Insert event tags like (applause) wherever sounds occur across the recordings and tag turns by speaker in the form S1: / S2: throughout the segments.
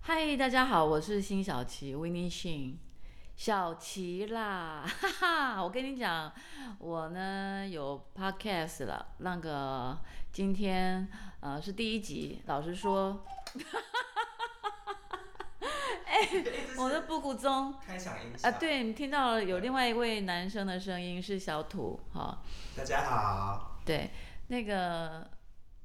S1: 嗨，大家好，我是辛小琪 w i n n i e Xin，小琪啦， (laughs) 哈哈！我跟你讲，我呢有 podcast 了，那个今天呃是第一集，老实说， (laughs) 我的布谷钟
S2: 开场音
S1: 啊，
S2: 效。，
S1: 对你听到了有另外一位男生的声音是小土，哈、
S2: 大家好，
S1: 对，那个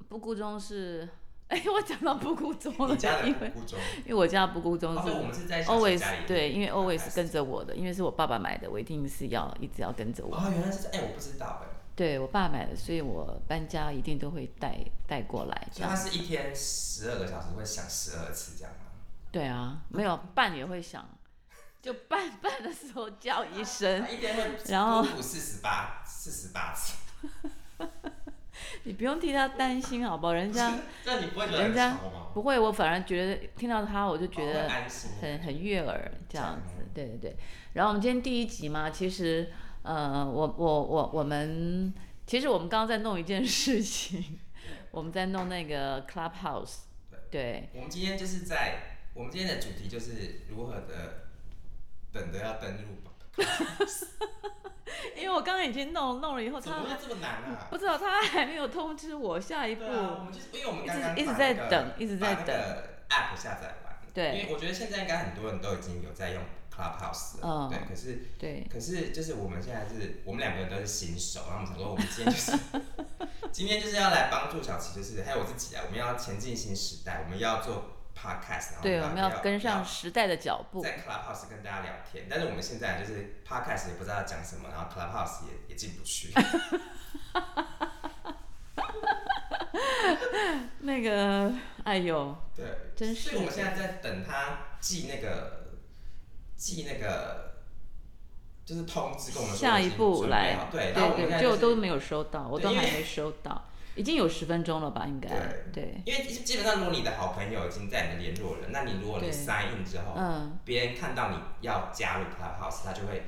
S1: 布谷钟是， (laughs) 哎，我讲到布谷钟了
S2: 你家，
S1: 因
S2: 人
S1: 为
S2: 很孤重，
S1: 因为我家布谷钟
S2: 然
S1: 是
S2: 后我们是在小姐
S1: always
S2: 家里啊
S1: 对，因为 always 跟
S2: 着。
S1: 着我的，因为是我爸爸买的，我一定是要一直要跟着我。
S2: 哦，原来是这哎，我不知道哎，
S1: 对我爸买的，所以我搬家一定都会带带过来这
S2: 所以他
S1: 样。
S2: 是一天十二个小时会响十二次这样吗？
S1: 对啊，没有拌也会响，就 (laughs) 拌拌的时候叫一声
S2: 他，一天会
S1: 然后
S2: 孤独四十八四十八次，
S1: 你不用替他担心好不好？人
S2: (laughs)
S1: 家
S2: 那你不会觉得很
S1: 人家
S2: 吵吗？
S1: 不会，我反而觉得听到他我就觉
S2: 哦
S1: 得
S2: 会安心。
S1: 很很悦耳这样子
S2: 嗯，
S1: 对对对。然后我们今天第一集嘛，其实呃，我我我我们其实我们刚刚在弄一件事情， (laughs) 我们在弄那个 Clubhouse，对
S2: 我们今天就是在我们今天的主题就是如何的等着要登入吧，
S1: 因为我刚刚已经弄弄了以后，
S2: 怎么
S1: 他
S2: 会这么难啊？
S1: 不知道他还没有通知我下一步
S2: 对，啊，我们就是因为我们刚刚
S1: 一直
S2: 把
S1: 一直在
S2: 那个
S1: 等一直在
S2: 把那个 app 下载完。
S1: 对
S2: 因为我觉得现在应该很多人都已经有在用 Clubhouse 了，
S1: 嗯
S2: 对。啊可是
S1: 对
S2: 可是就是我们现在是我们两个人都是新手，然后我们想说我们今天就是
S1: (laughs)
S2: 今天就是要来帮助小琪，就是还有我自己啊，我们要前进新时代，我们要做 podcast，然后
S1: 对，我
S2: 们
S1: 们要跟上时代的脚步，
S2: 在 Clubhouse 跟大家聊天，但是我们现在就是 Podcast 也不知道讲什么，然后 Clubhouse 也也进不去。
S1: 那个哎呦，
S2: 对，
S1: 真是
S2: 所以我们现在在等他寄那个寄那个，就是通知跟我们说
S1: 下一步来
S2: 已经准备好，对，然后我们
S1: 对
S2: 现
S1: 对，
S2: 在
S1: 就都
S2: 是
S1: 没有收到，我
S2: 对
S1: 都
S2: 因
S1: 还
S2: 为
S1: 没收到，已经有十分钟了吧，应该
S2: 对
S1: 对，
S2: 因为基本上如果你的好朋友已经在你的联络了，那你如果你
S1: 对
S2: sign in 之后，
S1: 嗯。
S2: 别人看到你要加入 Clubhouse，他就会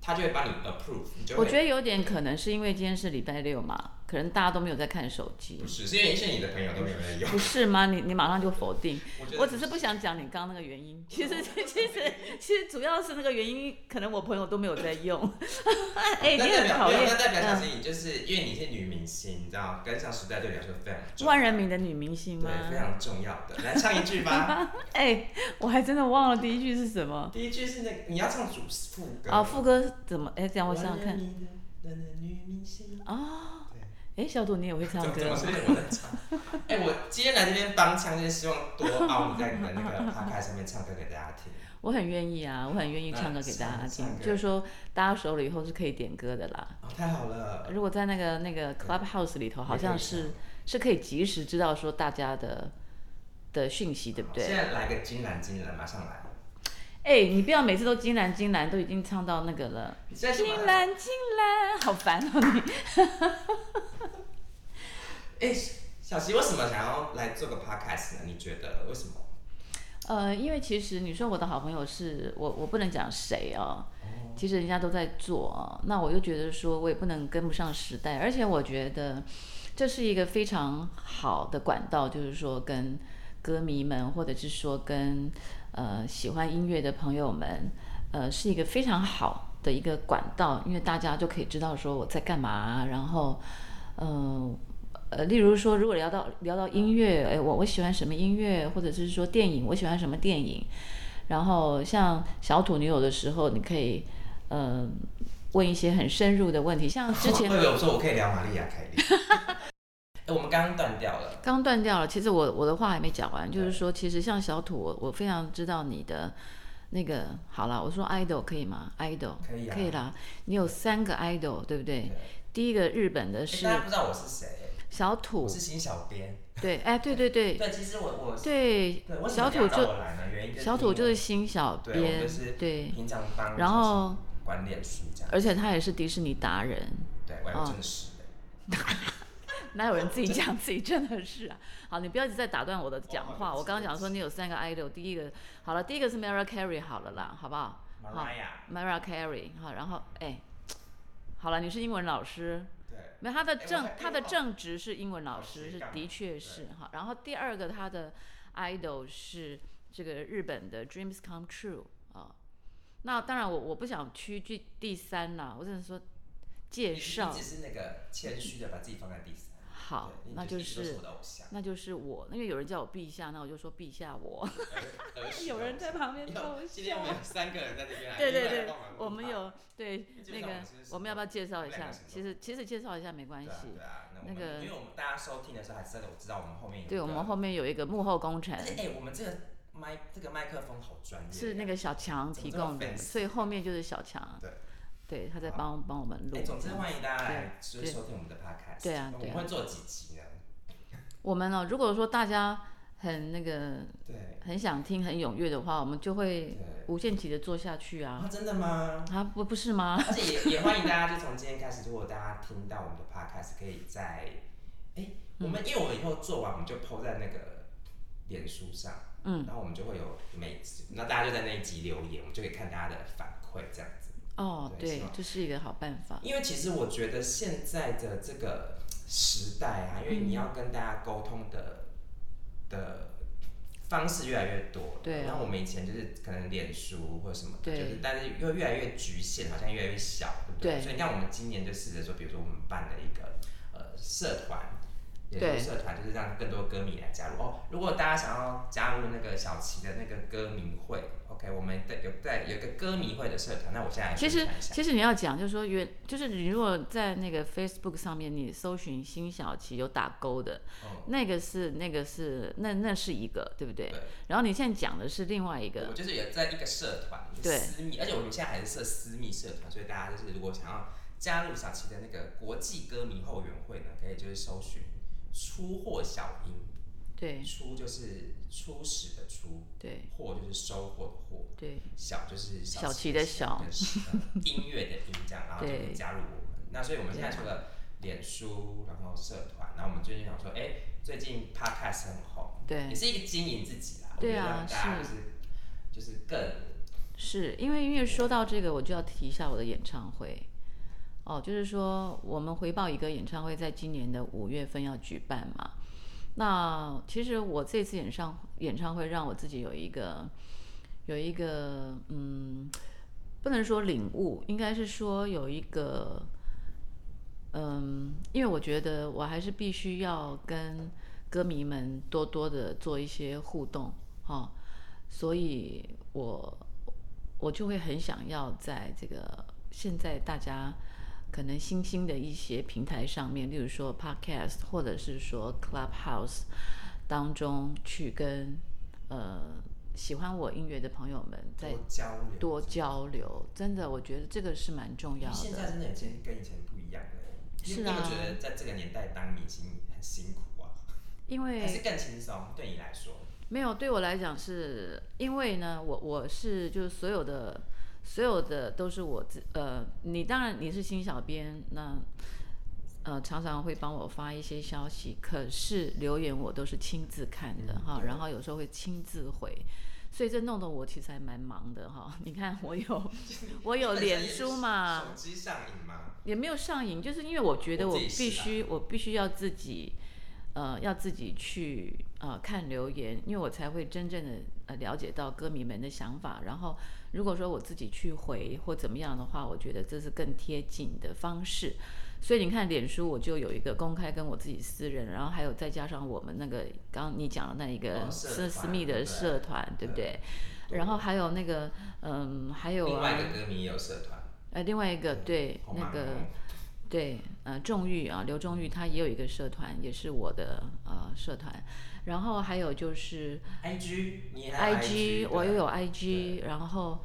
S2: 他就会帮你 approve，你就
S1: 我
S2: 会
S1: 觉得有点可能是因为今天是礼拜六嘛，可能大家都没有在看手机
S2: 不，是，是因为是你的朋友都没有
S1: (laughs)
S2: 在用，
S1: 不是吗？你你马上就否定，
S2: 我觉得
S1: 我只是不想讲你刚刚那个原因。其实其实其实主要是那个原因，可能我朋友都没有在用。 (laughs) 哎、
S2: 那
S1: 你
S2: 代
S1: 很
S2: 表
S1: 讨
S2: 没有
S1: 厌
S2: 那代表小
S1: 嗯
S2: 心你就是因为你是女明星，你知道跟上时代对你来说非常重要
S1: 嗯万人迷的女明星吗？
S2: 对非常重要的，来唱一句
S1: (laughs)
S2: 吧。
S1: 哎、我还真的忘了第一句是什么
S2: 第一句是那个你要唱主副歌
S1: 啊？副歌怎么？哎、这样我
S2: 我
S1: 想想看。
S2: 女明星。
S1: 啊
S2: 对。
S1: 哎、小朵你也会
S2: 怎
S1: 唱
S2: 么怎
S1: 歌
S2: 么
S1: 吗
S2: 是？我在唱？哎、我今天来这边帮腔，就是希望多凹你在你的那个 p o d 上面唱歌给大家听。
S1: 我很愿意啊，我很愿意唱歌给大家
S2: 嗯
S1: 听
S2: 唱，歌
S1: 就是说大家熟了以后是可以点歌的啦。
S2: 哦，太好了，
S1: 如果在那个那个 Clubhouse 里头，好像是是可以嗯及时知道说大家的的讯息，对不对？
S2: 现在来个金兰金兰，马上来。
S1: 哎、你不要每次都金兰金兰，都已经唱到那个了，
S2: 你现在是
S1: 金
S2: 马上
S1: 兰金兰，好烦哦 (laughs) 你。
S2: 哎、小琪为什么想要来做个 podcast 呢？你觉得为什么？
S1: 呃，因为其实你说我的好朋友是我，我不能讲谁哦，
S2: 哦，
S1: 其实人家都在做啊，那我就觉得说我也不能跟不上时代，而且我觉得这是一个非常好的管道，就是说跟歌迷们，或者是说跟呃喜欢音乐的朋友们，呃，是一个非常好的一个管道，因为大家就可以知道说我在干嘛，啊然后嗯。呃，例如说，如果聊到聊到音乐，哎，我我喜欢什么音乐，或者是说电影，我喜欢什么电影，然后像小土女友的时候，你可以呃问一些很深入的问题，像啊之前
S2: 会不会我说我可以聊玛丽亚凯莉？ (laughs) 哎、我们刚刚断掉了。
S1: 刚断掉了，其实我我的话还没讲完，就是
S2: 对
S1: 说，其实像小土，我我非常知道你的那个好了，我说 idol 可以吗？idol
S2: 可以啊
S1: 啦，你有三个 idol 对不对？
S2: 对
S1: 第一个日本的
S2: 哎
S1: 呃是
S2: 大家不知道我是谁，
S1: 小
S2: 我
S1: 土，
S2: 是新小编。
S1: 对，哎，对对对
S2: 对，其实我我
S1: 对
S2: 对，为，什么
S1: 小土
S2: 你要找
S1: 就
S2: 我来呢？原因就是
S1: 小土
S2: 因为
S1: 就是新小
S2: 对，我们
S1: 编
S2: 就，是
S1: 对，
S2: 平常帮
S1: 然后
S2: 管脸书这样，
S1: 而且他也是迪士尼达人，
S2: 对，我
S1: 哦
S2: 要正式的。
S1: (laughs) 哪有人自己讲自己真的是啊？好，你不要一直在打断我的讲话。
S2: 哦
S1: 我刚刚讲说你有三个 idol，第一个好了，第一个是 Mariah Carey 好了啦，好不好
S2: Mariah，
S1: ？Mariah Carey 好，然后哎，好了，你是英文老师，
S2: 对，
S1: 没有他的
S2: 哎我
S1: 正
S2: 还
S1: 他的
S2: 哎我
S1: 正职是英文老
S2: 老
S1: 师，
S2: 师
S1: 是
S2: 干嘛
S1: 的确是哈。然后第二个他的 idol 是这个日本的 Dreams Come True 啊。那当然我，我不想屈居第三啦，我只能说介绍
S2: 你只是那个谦虚的把自己放在第三。
S1: 好
S2: 对，
S1: 那
S2: 你就
S1: 就
S2: 一直都是
S1: 是
S2: 我的偶像。
S1: 那就是我，因为有人叫我陛下，那我就说陛下我。
S2: 儿儿时的
S1: (laughs) 有人在旁边
S2: 偶像
S1: 偷
S2: (laughs) 有今天我
S1: 笑
S2: 们。有三个人在这边来，啊
S1: 对对
S2: 另外一
S1: 对
S2: 个帮，
S1: (laughs) 我们有对
S2: 基本
S1: 那
S2: 上我
S1: 个
S2: 们是，
S1: 我们要不要介绍一
S2: 嗯两
S1: 下？
S2: 个行动
S1: 其实其实介绍一下没关
S2: 对啊
S1: 系，
S2: 对啊，那我
S1: 那
S2: 们
S1: 个
S2: 因为我们大家收听的时候还是在我知道我们后面有一
S1: 对
S2: 个
S1: 我们后面有一个幕后工程
S2: 而，且哎、我们这个麦这个麦克风好专业，啊
S1: 是那个小强提供
S2: 怎么这么
S1: 的，
S2: fancy？
S1: 所以后面就是小强，
S2: 对。
S1: 对，他在帮帮我们录
S2: 哎、。总之欢迎大家来
S1: 对
S2: 收收听我们的 podcast。
S1: 对啊
S2: 我
S1: 对
S2: 们
S1: 啊
S2: 会做几集呢？
S1: 我们哦，如果说大家很那个
S2: 对
S1: 很想听、很踊跃的话，我们就会
S2: 对。
S1: 无限期的做下去啊
S2: 啊， (laughs) 真的吗？
S1: 啊不不是吗？
S2: 而且也也欢迎大家，就从今天开始，如果大家听到我们的 podcast，可以在哎、我
S1: 嗯
S2: 们、因为我们以后做完，我们就 PO 在那个脸书上，
S1: 嗯，
S2: 然后我们就会有每集，那大家就在那一集留言，我们就可以看大家的反馈这样子。
S1: 哦，
S2: 对
S1: 对
S2: 是吗，
S1: 这是一个好办法。
S2: 因为其实我觉得现在的这个时代啊，因为
S1: 嗯
S2: 你要跟大家沟通的、的方式越来越多，
S1: 对啊
S2: 那我们以前就是可能脸书或者什么的，
S1: 对
S2: 就是但是又越来越局限，好像越来越小，对不对？
S1: 对
S2: 所以像我们今年就试着说，比如说我们办了一个呃社团。
S1: 对
S2: 脸书社团就是让更多歌迷来加入哦。如果大家想要加入那个小齐的那个歌迷会，OK，我们的有在有一个歌迷会的社团，那我现在来
S1: 其实
S2: 分享一下
S1: 其实你要讲，就是说原就是你如果在那个 Facebook 上面，你搜寻辛晓琪有打勾的，
S2: 嗯
S1: 那个是那个是那那是一个，对不对？
S2: 对
S1: 然后你现在讲的是另外一
S2: 我
S1: 个，
S2: 就是有在一个社团，就
S1: 对
S2: 是私密，而且我们现在还是设私密社团，所以大家就是如果想要加入小七的那个国际歌迷后援会呢，可以就是搜寻“出货小英
S1: 对”，
S2: 出就是初始的出，
S1: 对
S2: 货就是收获的获，
S1: 对，
S2: 小就是
S1: 小
S2: 七
S1: 七的小
S2: 跟是呃音乐的音这样，然后就可以
S1: 对
S2: 加入我们。那所以我们现在除了脸书，然后社团，然后我们最近想说，哎、最近 podcast 很红，
S1: 对
S2: 也是一个经营自己啦，我
S1: 对
S2: 觉得
S1: 啊
S2: 让大家就是就是更
S1: 是因为因为说到这个，我就要提一下我的演唱会。哦，就是说我们回报一个演唱会，在今年的五月份要举办嘛。那其实我这次演唱演唱会让我自己有一个有一个嗯，不能说领悟，应该是说有一个嗯，因为我觉得我还是必须要跟歌迷们多多的做一些互动哦，所以我我就会很想要在这个现在大家可能新兴的一些平台上面，例如说 Podcast 或者是说 Clubhouse 当中去跟呃喜欢我音乐的朋友们再
S2: 多交流，
S1: 多交流，真的，我觉得这个是蛮重
S2: 因
S1: 要
S2: 为现在
S1: 的。
S2: 真的已经跟以前不一样了。你
S1: 是
S2: 你有没有
S1: 啊
S2: 觉得在这个年代当明星很辛苦啊？
S1: 因为
S2: 还是更轻松？对你来说，
S1: 没有，对我来讲是因为呢，我我是就是所有的所有的都是我自呃，你当然你是新小编，那呃常常会帮我发一些消息，可是留言我都是亲自看的
S2: 嗯
S1: 哈，
S2: 对
S1: 然后有时候会亲自回。所以这弄得我其实还蛮忙的哈，你看我
S2: (laughs)
S1: 有我有脸书嘛，
S2: 手机上瘾嘛，
S1: 也没有上瘾，就是因为我觉得
S2: 我
S1: 我
S2: 自己是
S1: 必
S2: 啦
S1: 须，我必须要自己，呃，要自己去呃看留言，因为我才会真正的呃了解到歌迷们的想法。然后，如果说我自己去回或怎么样的话，我觉得这是更贴近的方式。所以你看，脸书我就有一个公开跟我自己私人，然后还有再加上我们那个刚刚你讲的那一
S2: 哦
S1: 个
S2: 社
S1: 私
S2: 团
S1: 私密的
S2: 对不对
S1: 社团，对不对？然后还有那个，嗯，还有
S2: 另
S1: 啊
S2: 外，一个歌迷也有社团，
S1: 呃，另外一个对
S2: 红
S1: 那
S2: 马
S1: 个。
S2: 龙
S1: 对，呃，仲玉啊，刘仲玉他也有一个社团，也是我的呃社团。然后还有就是
S2: IG，你还有
S1: IG，我
S2: 啊
S1: 又有 IG，
S2: 对
S1: 然后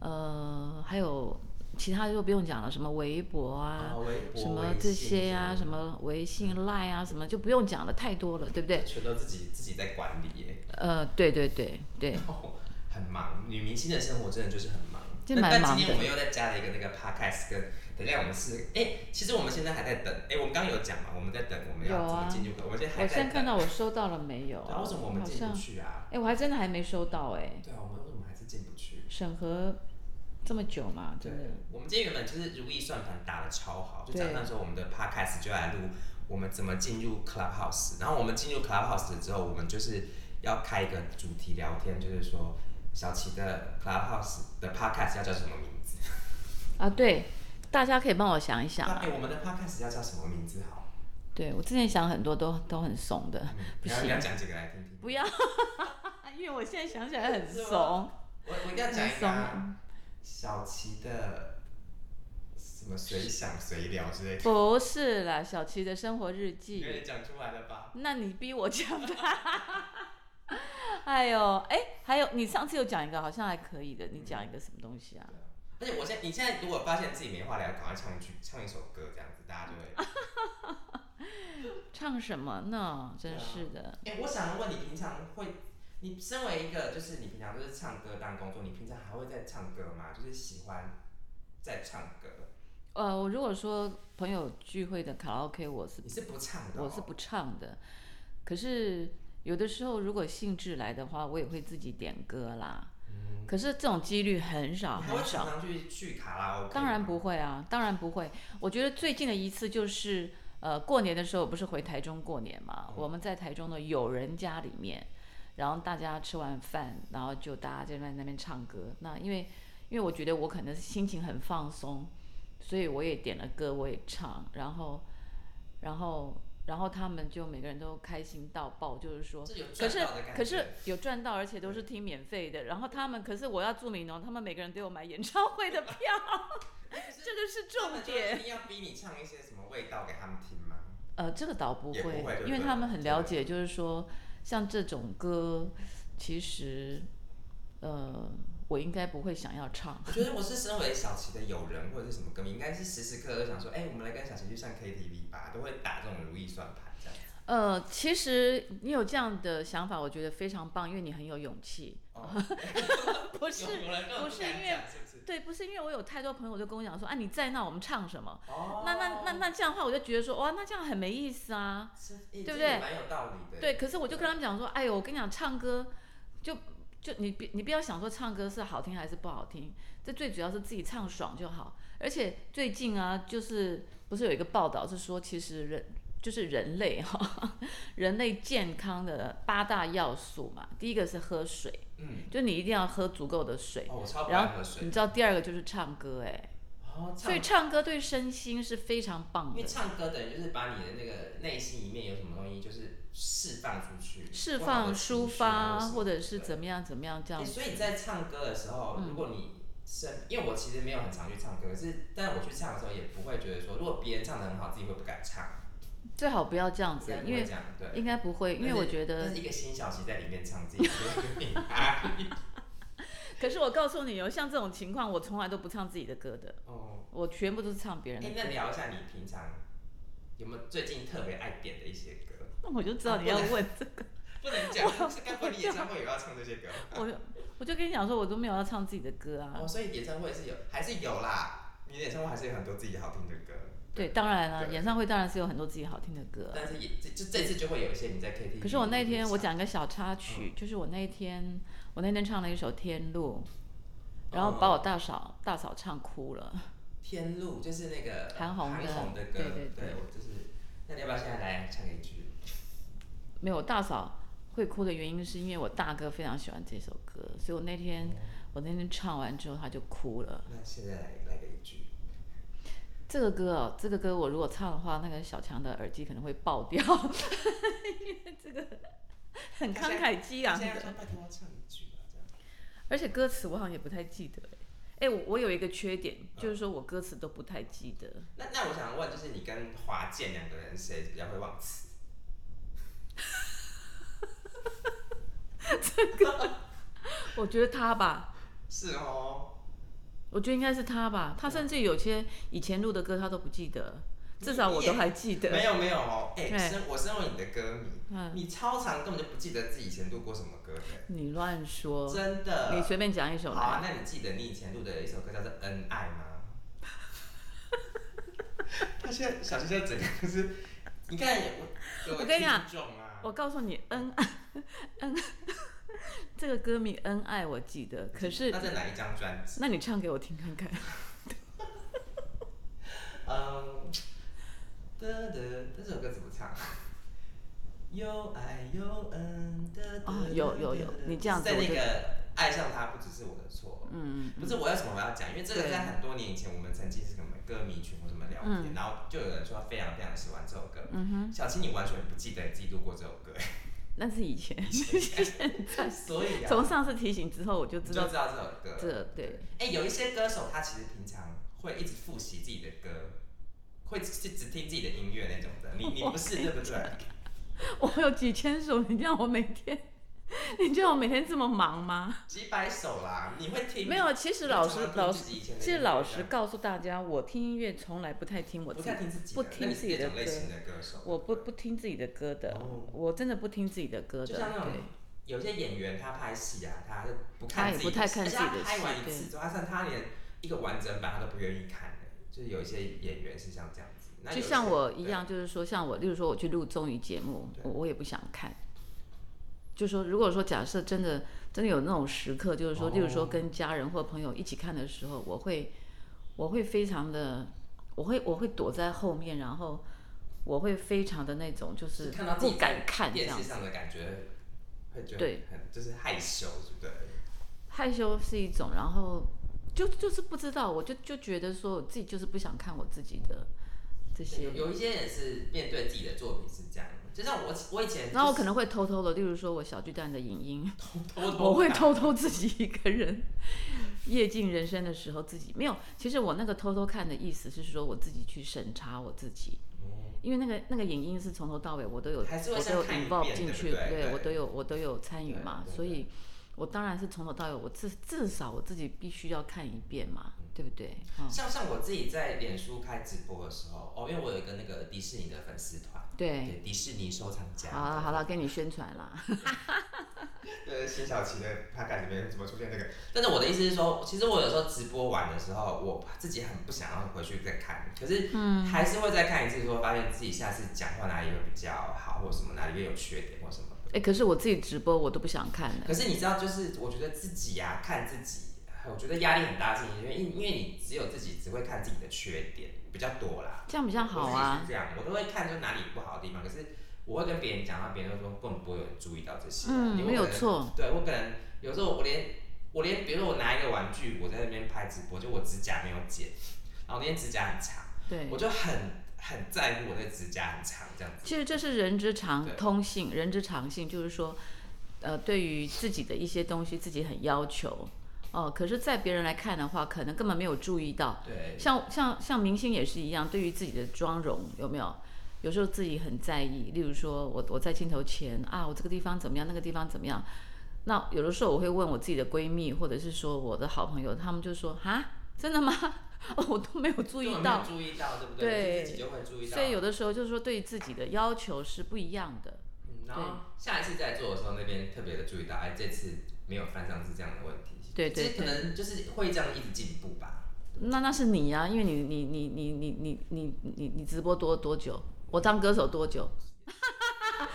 S1: 呃还有其他就不用讲了，什么微博啊，
S2: 啊微博
S1: 什么
S2: 微
S1: 这
S2: 信
S1: 些啊，
S2: 之
S1: 什
S2: 类的
S1: 么微信、Line 啊，什么就不用讲了，太多了，对不对？
S2: 全都自己自己在管理耶，
S1: 呃，对对对对，
S2: 哦，很忙。女明星的生活真的就是很忙。
S1: 这
S2: 那
S1: 蛮
S2: 但
S1: 忙
S2: 今天
S1: 的
S2: 我们又再加了一个那个 podcast，跟等一下我们是哎、其实我们现在还在等，哎、我们刚刚有讲嘛，我们在等我们要
S1: 有
S2: 怎么
S1: 啊
S2: 进入歌，我们现在还
S1: 我
S2: 在
S1: 现在
S2: 等。
S1: 看到我收到了没有
S2: 对啊，
S1: 啊？
S2: 为什么我们
S1: 好
S2: 进
S1: 像
S2: 不，去啊？
S1: 哎，我还真的还没收到哎，
S2: 对啊，我们为什么还是进不去？
S1: 审核这么久嘛，
S2: 对
S1: 真的。，
S2: 我们今天原本就是如意算盘打的超好，就
S1: 对
S2: 讲到说我们的 podcast 就来录我们怎么进入 Clubhouse，然后我们进入 Clubhouse 之后，我们就是要开一个主题聊天，就是说小琪的 Clubhouse 的 Podcast 要叫什么名字？
S1: 啊，对，大家可以帮我想一想
S2: 那
S1: 啊。
S2: 哎、我们的 Podcast 要叫什么名字好？嗯
S1: 对我之前想很多都都很怂的，呃不
S2: 然后你要
S1: 行，
S2: 讲几个来听听。
S1: 不要， (laughs) 因为我现在想起来很
S2: 是吗
S1: 怂。
S2: 我我一定要讲一个啊小琪的什么随想随聊之类的，
S1: 不是啦，小琪的生活日
S2: 你
S1: 记。
S2: 也讲出来了吧？
S1: 那你逼我讲吧。 (laughs) 哎呦，哎，还有你上次有讲一个好像还可以的，你讲一个什么东西啊？
S2: 而且我现在，你现在如果发现自己没话聊，赶快唱一句，唱一首歌，这样子大家就
S1: 啊
S2: 会。
S1: 唱什么呢？真是的，
S2: 哎、我想问你，平常会，你身为一个，就是你平常就是唱歌当工作，你平常还会在唱歌吗？就是喜欢在唱歌，
S1: 呃，我如果说朋友聚会的卡拉 OK，我是
S2: 你是不唱的、哦
S1: 我是，不唱的，可是有的时候如果兴致来的话，我也会自己点歌啦。
S2: 嗯，
S1: 可是这种几率很少
S2: 你还会
S1: 很少
S2: 常。常去去卡拉 OK？
S1: 当然
S2: 吗
S1: 不会啊，当然不会。我觉得最近的一次就是，呃，过年的时候我不是回台中过年嘛，
S2: 嗯
S1: 我们在台中的友人家里面，然后大家吃完饭，然后就大家就在那边唱歌。那因为因为我觉得我可能心情很放松，所以我也点了歌，我也唱，然后然后然后他们就每个人都开心到爆，就是说
S2: 这有
S1: 可
S2: 赚
S1: 是
S2: 到的感觉。
S1: 可是有赚到，而且都是听免费的。然后他们，可是我要注明哦，他们每个人都有买演唱会的票，这个是
S2: 他
S1: 重
S2: 们就
S1: 点
S2: 一。定要逼你唱一些什么味道给他们听吗？
S1: 呃，这个倒不
S2: 也
S1: 会，
S2: 不会对不
S1: 因为
S2: 对
S1: 他们很了解，就是说像这种歌，其实呃，我应该不会想要唱。
S2: 我觉得我是身为小琪的友人或者是什么歌迷，应该是时时刻刻都想说，哎、我们来跟小琪去上 KTV 吧，都会打这种如意算盘这样。
S1: 呃，其实你有这样的想法，我觉得非常棒，因为你很有勇气。
S2: 哦，
S1: (laughs) 不是，
S2: 有人根本
S1: 不是
S2: 敢
S1: 因为
S2: 讲是不是？
S1: 对，不是因为我有太多朋友就跟我讲说，啊，你在那我们唱什么？
S2: 哦，
S1: 那那那那这样的话，我就觉得说，哇，那这样很没意思啊。
S2: 是，
S1: 对
S2: 对
S1: 不对
S2: 蛮有道理的。
S1: 对，可是我就跟他们讲说，哎呦，我跟你讲，唱歌就就你别你不要想说唱歌是好听还是不好听，这最主要是自己唱爽就好。而且最近啊，就是不是有一个报道是说，其实人就是人类哈、 (laughs) 人类健康的八大要素嘛，第一个是喝水，
S2: 嗯，
S1: 就你一定要喝足够的水。
S2: 哦，我超不
S1: 然
S2: 爱
S1: 后
S2: 喝水。
S1: 你知道第二个就是唱歌哎，
S2: 哦，唱
S1: 所以唱歌对身心是非常棒
S2: 因为
S1: 的。
S2: 唱歌等于就是把你的那个内心里面有什么东西，就是释放出去，
S1: 释
S2: 不好的
S1: 放、
S2: 情
S1: 抒
S2: 绪啊
S1: 发，或者是
S2: 对
S1: 怎么样怎么样这样
S2: 欸
S1: 子。嗯
S2: 所以你在唱歌的时候，如果你是、因为我其实没有很常去唱歌，可是但我去唱的时候也不会觉得说，如果别人唱的很好，自己会不敢唱，
S1: 最好不要这样子嗯因
S2: 应该，不会
S1: 为
S2: 这样对。
S1: 应该不会，因为我觉
S2: 这
S1: 得。
S2: 是一个新小琪在里面唱自己
S1: (laughs)
S2: 的
S1: 可是我告诉你哦，像这种情况，我从来都不唱自己的歌的，
S2: 哦，
S1: 我全部都是唱别
S2: 哎、
S1: 人的
S2: 那
S1: 歌。
S2: 聊一下你平常有没有最近特别爱点的一些歌？
S1: 那我就知道你
S2: 啊
S1: 要问，
S2: 不能讲，是该不会你演唱会也要唱这些歌？
S1: (laughs) 我我就跟你讲说，我都没有要唱自己的歌啊
S2: 哦，。所以演唱会是有，还是有啦。你的演唱会还是有很多自己好听的歌，
S1: 对，当然了，
S2: 对
S1: 演唱会当然是有很多自己好听的歌啊。
S2: 但是也这就这次就会有一些你在 KTV。
S1: 可是我那天我，讲一个小插曲，
S2: 嗯
S1: 就是我那天我那天唱了一首《天路》，然后
S2: 哦
S1: 把我大嫂大嫂唱哭了。
S2: 天路就是那个
S1: 韩红的
S2: 韩红的歌，
S1: 对对对
S2: 我就是。那你要不要现在来唱一句？
S1: 没有，我大嫂会哭的原因是因为我大哥非常喜欢这首歌，所以我那天我那天唱完之后他就哭了。
S2: 那现在来来个一句，
S1: 这个歌哦，这个歌我如果唱的话，那个小强的耳机可能会爆掉， (laughs) 因为这个很慷慨激昂
S2: 现在说
S1: 的，
S2: 拜托我唱一句吧，这样。
S1: 而且歌词我好像也不太记得哎。哎，我我有一个缺点，就是说我歌词都不太记得。
S2: 那那我想问，就是你跟华健两个人谁比较会忘词？
S1: 我觉得他吧，
S2: 是哦，
S1: 我觉得应该是他吧，他甚至有些以前录的歌他都不记得，至少我都还记得。
S2: 没有没有哦，哎、
S1: 对
S2: 身我身为你的歌迷，
S1: 嗯
S2: 你超常根本就不记得自己以前录过什么歌的，
S1: 你乱说，
S2: 真的。
S1: 你随便讲一首
S2: 好啊
S1: 来。，
S2: 那你记得你以前录的一首歌叫做《恩爱》吗？
S1: (laughs)
S2: 他现在小现在整个就是，你看我，
S1: 我跟你讲
S2: 听众啊，
S1: 我告诉你，恩爱， (laughs) 恩，这个歌名《恩爱》我记得，可是
S2: 那在哪一张专辑？
S1: 那你唱给我听看看。
S2: 嗯，的的这首歌怎么唱？啊有爱有恩的。
S1: 哦有有有你这样子
S2: 在
S1: 我
S2: 那
S1: 就
S2: 个爱上他不只是我的错，
S1: 嗯，
S2: 不是我为什么我要讲，因为这个
S1: 对
S2: 在很多年以前我们曾经是什么歌迷群或什么聊天，
S1: 嗯
S2: 然后就有人说非常非常喜欢这首歌。小七你完全不记得你自己录过这首
S1: (laughs)
S2: 歌，
S1: 那是以前，
S2: 所以啊，
S1: (laughs) 从上次提醒之后我就
S2: 你
S1: 知
S2: 就
S1: 道
S2: 知道这首歌。
S1: 这对， (laughs)
S2: 哎、有一些歌手他其实平常会一直复习自己的歌，会是只听自己的音乐那种的。你你不是对不对？
S1: 我有几千首，你叫我每天， (laughs) 你叫我每天这么忙吗？
S2: 几百首啦，哎你会听？
S1: 没有，啊其实老师老师，
S2: 其
S1: 其实老师告诉大家，我听音乐从来不太听我
S2: 不
S1: 自
S2: 太
S1: 己，
S2: 听自己
S1: 不
S2: 的，那
S1: 听
S2: 你
S1: 自
S2: 是
S1: 己
S2: 哪
S1: 的
S2: 种类型
S1: 歌，
S2: 的歌手？
S1: 我不不听自己的歌的
S2: 哦，
S1: 我真的不听自己的歌
S2: 就
S1: 的，
S2: 像那种
S1: 对。
S2: 有些演员他拍戏啊，他不
S1: 他
S2: 看
S1: 也
S2: 自己
S1: 不
S2: 的
S1: 太
S2: 戏
S1: 看
S2: 而
S1: 自
S2: 且
S1: 己
S2: 他
S1: 的
S2: 拍完
S1: 戏
S2: 一次之后，他甚至他连一个完整版他都不愿意看的。就是有一些演员是像这样子，那有
S1: 就
S2: 一些
S1: 像我一样，就是说，像我，例如说我去录综艺节目，我我也不想看。就说，如果说假设真的真的有那种时刻，就是说，
S2: 哦
S1: 例如说跟家人或朋友一起看的时候，我会我会非常的，我会我会躲在后面，然后我会非常的那种，就
S2: 对
S1: 是
S2: 看到自
S1: 不
S2: 己在
S1: 敢看这
S2: 电
S1: 样
S2: 视
S1: 子。
S2: 上的感觉，会觉得
S1: 对
S2: 很就是害羞，对不对？
S1: 害羞是一种，然后就就是不知道，我就就觉得说我自己就是不想看我自己的这些
S2: 有。有一些人是面对自己的作品是这样，就像我我以前、就是，
S1: 然后我可能会偷偷的，例如说我小巨蛋的影音，
S2: 偷偷
S1: 我会
S2: 看
S1: 偷偷自己一个人夜尽人生的时候，自己没有。其实我那个偷偷看的意思是说，我自己去审查我自己，因为那个那个影音是从头到尾我都有，
S2: 哦还是会
S1: 我都有
S2: 先看一
S1: involve
S2: 遍
S1: 进
S2: 对不
S1: 去，
S2: 对对
S1: 我都有我都有参与嘛，
S2: 对对
S1: 所以我当然是从头到尾，我至至少我自己必须要看一遍嘛，对不对？嗯，
S2: 像像我自己在脸书开直播的时候，哦，因为我有一个那个迪士尼的粉丝团，
S1: 对。啊
S2: 对迪士尼收藏家，
S1: 好了好了，跟你宣传啦。
S2: 呃，辛晓琪的 p o 里面怎么出现这个？但是我的意思是说，其实我有时候直播完的时候，我自己很不想要回去再看，可是
S1: 嗯
S2: 还是会再看一次，说发现自己下次讲话哪里会比较好，或者什么哪里会有缺点或什么的。
S1: 哎、可是我自己直播我都不想看了。
S2: 可是你知道，就是我觉得自己呀、看自己，我觉得压力很大，是因为因因为你只有自己只会看自己的缺点比较多啦。
S1: 这样比较好
S2: 我自己
S1: 啊。
S2: 是这样，我都会看就哪里不好的地方，可是我会跟别人讲，那别人就说根本不会有人注意到这些啊。
S1: 嗯，
S2: 因为
S1: 没有
S2: 我可能
S1: 错。
S2: 对我可能有时候我连我连比如说我拿一个玩具，我在那边拍直播，就我指甲没有剪，然后那天指甲很长，
S1: 对
S2: 我，就很很在乎我的指甲很长这样子。
S1: 其实这是人之常
S2: 对
S1: 通性，人之常性就是说，呃，对于自己的一些东西，自己很要求哦。可是，在别人来看的话，可能根本没有注意到。
S2: 对，
S1: 像像像明星也是一样，对于自己的妆容有没有？有时候自己很在意，例如说我我在镜头前啊，我这个地方怎么样，那个地方怎么样。那有的时候我会问我自己的闺蜜，或者是说我的好朋友，他们就说啊，真的吗？ (laughs) 哦，我都没有注
S2: 根
S1: 意
S2: 本没
S1: 到
S2: 有。注意到，对不
S1: 对
S2: 就自己就会注意到。
S1: 所以有的时候就是说，对自己的要求是不一样的。
S2: 嗯然后下一次再做的时候，那边特别的注意到，哎，这次没有犯上是这样的问题。
S1: 对对
S2: 其实可能就是会这样一直进步吧。
S1: 那那是你呀、啊因为你你你你你你你你你直播多多久？我当歌手多久？啊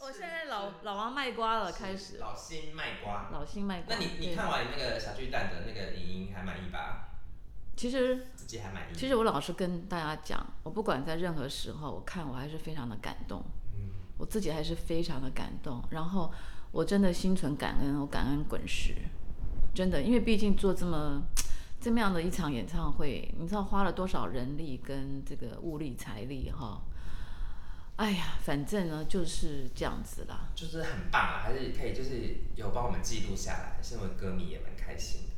S1: 我现在老老王卖瓜了，开
S2: 是
S1: 始
S2: 老新卖瓜。
S1: 老新卖瓜。
S2: 那你你
S1: 对
S2: 看完那个小巨蛋的那个影音还满意吧？
S1: 其实
S2: 自己还满意。
S1: 其实我老是跟大家讲，我不管在任何时候，我看我还是非常的感动，
S2: 嗯，
S1: 我自己还是非常的感动。然后我真的心存感恩，我感恩滚石，真的，因为毕竟做这么这么样的一场演唱会，你知道花了多少人力跟这个物力财力哈。哎呀，反正呢就是这样子啦。
S2: 就是很棒啊，还是可以就是有帮我们记录下来，身为歌迷也蛮开心的。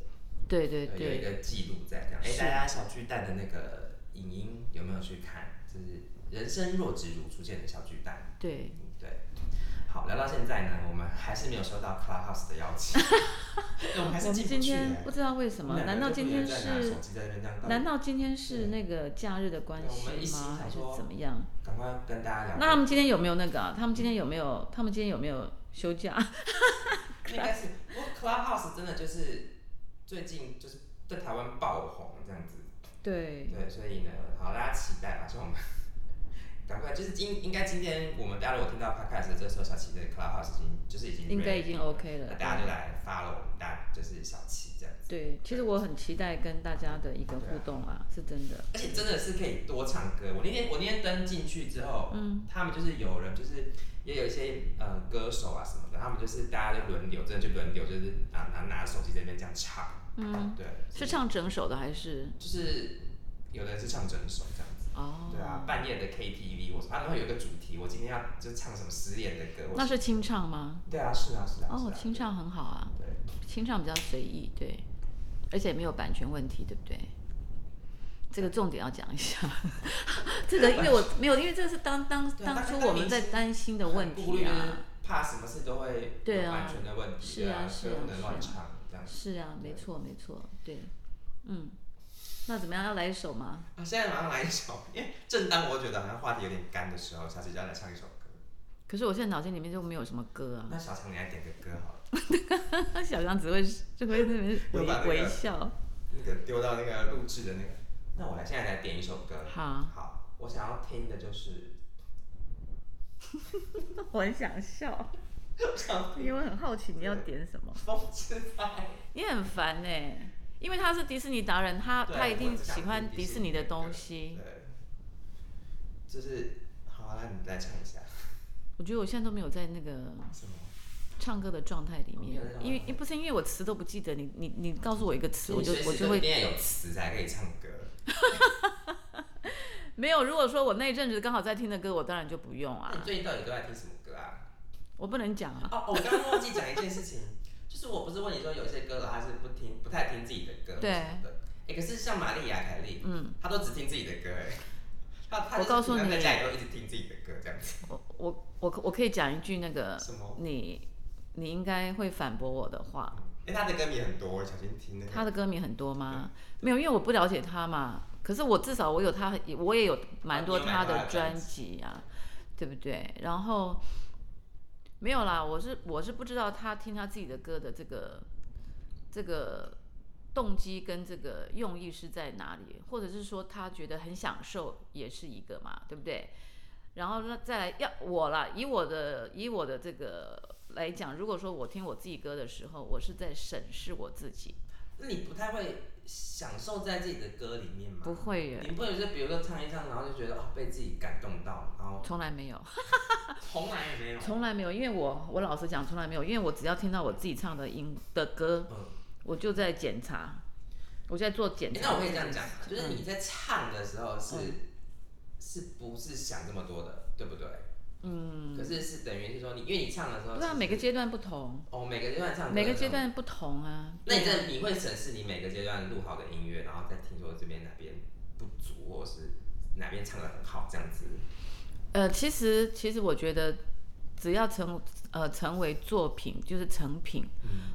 S1: 对对
S2: 有一
S1: 对，
S2: 个记录在这样。哎，
S1: 是
S2: 大家小巨蛋的那个影音有没有去看？就是人生若只如初见的小巨蛋。
S1: 对，
S2: 对，好，聊到现在呢，我们还是没有收到 Clubhouse 的邀
S1: (laughs)
S2: 请，对我们还
S1: 我
S2: 是
S1: 们
S2: 进不
S1: 今
S2: 去、
S1: 天
S2: 欸。
S1: 不知道为什
S2: 我
S1: 么？
S2: 们两
S1: 难
S2: 个
S1: 道
S2: 就
S1: 今
S2: 不能
S1: 天
S2: 再拿
S1: 是
S2: 手？机在那边这样倒
S1: 难道今天是
S2: 对
S1: 那个假日的关
S2: 对我们一
S1: 系
S2: 心
S1: 吗？
S2: 想
S1: 还是
S2: 说
S1: 怎么样？
S2: 赶快跟大家聊。
S1: 那他们今天有没有那个、啊？他们今天有没有？他们今天有没有休假？
S2: 应该是，不过 Clubhouse 真的就是最近就是在台湾爆红这样子，
S1: 对，
S2: 对，所以呢，好，大家期待吧，所以我们赶快就是今应该今天我们大家如果听到 Podcast 的这时候，小七的 Clubhouse 已经就是已经
S1: 应该
S2: ready
S1: 已经
S2: 了
S1: OK 了
S2: 那大家就来 follow 我们大家就是小七这样子。
S1: 对，其实我很期待跟大家的一个互动啊，是真的。
S2: 而且真的是可以多唱歌。我那天我那天登进去之后，嗯，他们就是有人就是也有一些呃歌手啊什么的，他们就是大家就轮流，真的就轮流，就是拿拿拿手机在那边这样唱，嗯，对，
S1: 是唱整首的还是？
S2: 就是有的人是唱整首这样子，
S1: 哦，
S2: 对啊，半夜的 KTV，我他们会有一个主题，我今天要就唱什么失恋的歌，
S1: 那
S2: 我
S1: 是清唱吗？
S2: 对啊是啊是啊，是
S1: 哦
S2: 啊，
S1: 清，唱很好啊，
S2: 对，
S1: 清唱比较随意，对，而且没有版权问题，对不对？这个重点要讲一下， (laughs) 这个因为我没有，因为这个是当当
S2: 对啊
S1: 当初
S2: 当
S1: 我们在担心的问
S2: 顾
S1: 题
S2: 虑就是
S1: 啊，
S2: 怕什么事都会
S1: 对
S2: 有
S1: 啊
S2: 版权的问题，
S1: 是
S2: 啊
S1: 啊，
S2: 所以
S1: 是啊
S2: 不能乱
S1: 是啊
S2: 唱这样子。
S1: 是啊，没错没错，对，嗯，那怎么样？要来一首吗？
S2: 啊，现在马上来一首，因为正当我觉得好像话题有点干的时候，小姐就要来唱一首歌。
S1: 可是我现在脑筋里面就没有什么歌啊，
S2: 那小强，你来点个歌好
S1: (laughs)
S2: 了，
S1: 小张只会就会在那边
S2: 又把那
S1: 微
S2: 个
S1: 微笑。
S2: 那个丢到那个录制的那个。那我来现在来点一首歌。
S1: 好，
S2: 好，我想要听的就是， (laughs)
S1: 我很想笑，
S2: 我想
S1: 因为我很好奇你要点什么。
S2: 风之派。
S1: 你很烦哎、因为他是迪士尼达人，他
S2: 对
S1: 他一
S2: 我
S1: 定
S2: 只想
S1: 喜
S2: 听
S1: 欢
S2: 迪
S1: 迪
S2: 士
S1: 士
S2: 尼
S1: 尼的
S2: 歌
S1: 东西。
S2: 对，就是好啊，那你再唱一下。
S1: 我觉得我现在都没有在那个
S2: 什么？
S1: 唱歌的状态里
S2: 哦没
S1: 面
S2: 有在，唱
S1: 因为不是因为我词都不记得，你你你告诉我一个词，我就
S2: 所以
S1: 我
S2: 随时
S1: 就
S2: 都
S1: 会
S2: 一定要有词才可以唱歌。
S1: 没有。如果说我那一阵子刚好在听的歌，我当然就不用
S2: 那你
S1: 啊，
S2: 最近到底都在听什么歌啊？
S1: 我不能讲啊。
S2: 哦，我刚刚忘记讲一件事情，就是我不是问你说有些歌手他是不听、不太听自己的歌
S1: 对
S2: 什么的，哎、可是像玛丽亚凯莉，嗯，她都只听自己的歌，哎，她她
S1: 我
S2: 就是
S1: 告诉
S2: 平常在
S1: 你
S2: 家里都一直听自己的歌这样子，
S1: 我我我可我可以讲一句那个
S2: 什么？
S1: 你你应该会反驳我的话。
S2: 哎、她的歌迷很多，我小心听那个。
S1: 他的歌迷很多吗？没有，因为我不了解他嘛。可是我至少我有他，我也有蛮多他的专辑啊，对不对？然后没有啦，我是我是不知道他听他自己的歌的这个这个动机跟这个用意是在哪里，或者是说他觉得很享受也是一个嘛，对不对？然后呢，再来要我啦，以我的以我的这个来讲，如果说我听我自己歌的时候，我是在审视我自己，
S2: 那你不太会享受在自己的歌里面吗？
S1: 不会耶，
S2: 你不能就比如说唱一唱，然后就觉得哦被自己感动到，
S1: (laughs)
S2: 然后哎
S1: 从来没有，
S2: 从来也没有。
S1: 从来没有，因为我我老实讲，从来没有，因为我只要听到我自己唱的音的歌，
S2: 嗯
S1: 我就在检查，我就在做检
S2: 诶
S1: 查。嗯
S2: 那我可以这样讲，啊就是你在唱的时候是、是不是想这么多的，对不对？嗯。可是是等于是说你，因为你唱的时候，
S1: 对啊，
S2: 其实
S1: 每个阶段不同，
S2: 哦每个阶段唱歌，
S1: 每个阶。段不同啊。
S2: 那你在你会审视你每个阶段录好的音乐，然后再听说这边哪边不足，或是哪边唱的很好这样子。
S1: 呃，其实其实我觉得，只要成呃成为作品，就是成品，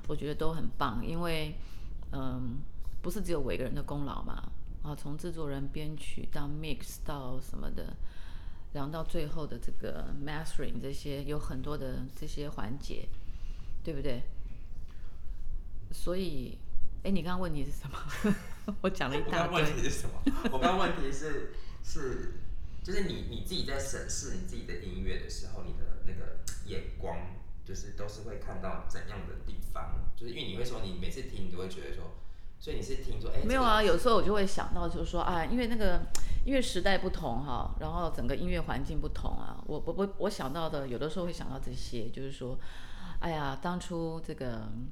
S1: 我觉得都很棒，因为嗯、不是只有我一个人的功劳嘛，啊，从制作人、编曲到 mix 到什么的，然后到最后的这个 mastering 这些，有很多的这些环节，对不对？所以，哎，你刚刚问题是什么？ (laughs) 我讲了一
S2: 我
S1: 大
S2: 刚刚问
S1: 堆。
S2: 题是什么？我刚刚问题是是就是你你自己在审视你自己的音乐的时候，你的那个眼光就是都是会看到怎样的地方？就是因为你会说你每次听你都会觉得说，所以你是听说哎、
S1: 没有啊，有时候我就会想到，就是说啊，因为那个因为时代不同哈、然后整个音乐环境不同啊，我我我我想到的，有的时候会想到这些，就是说，哎呀，当初这个嗯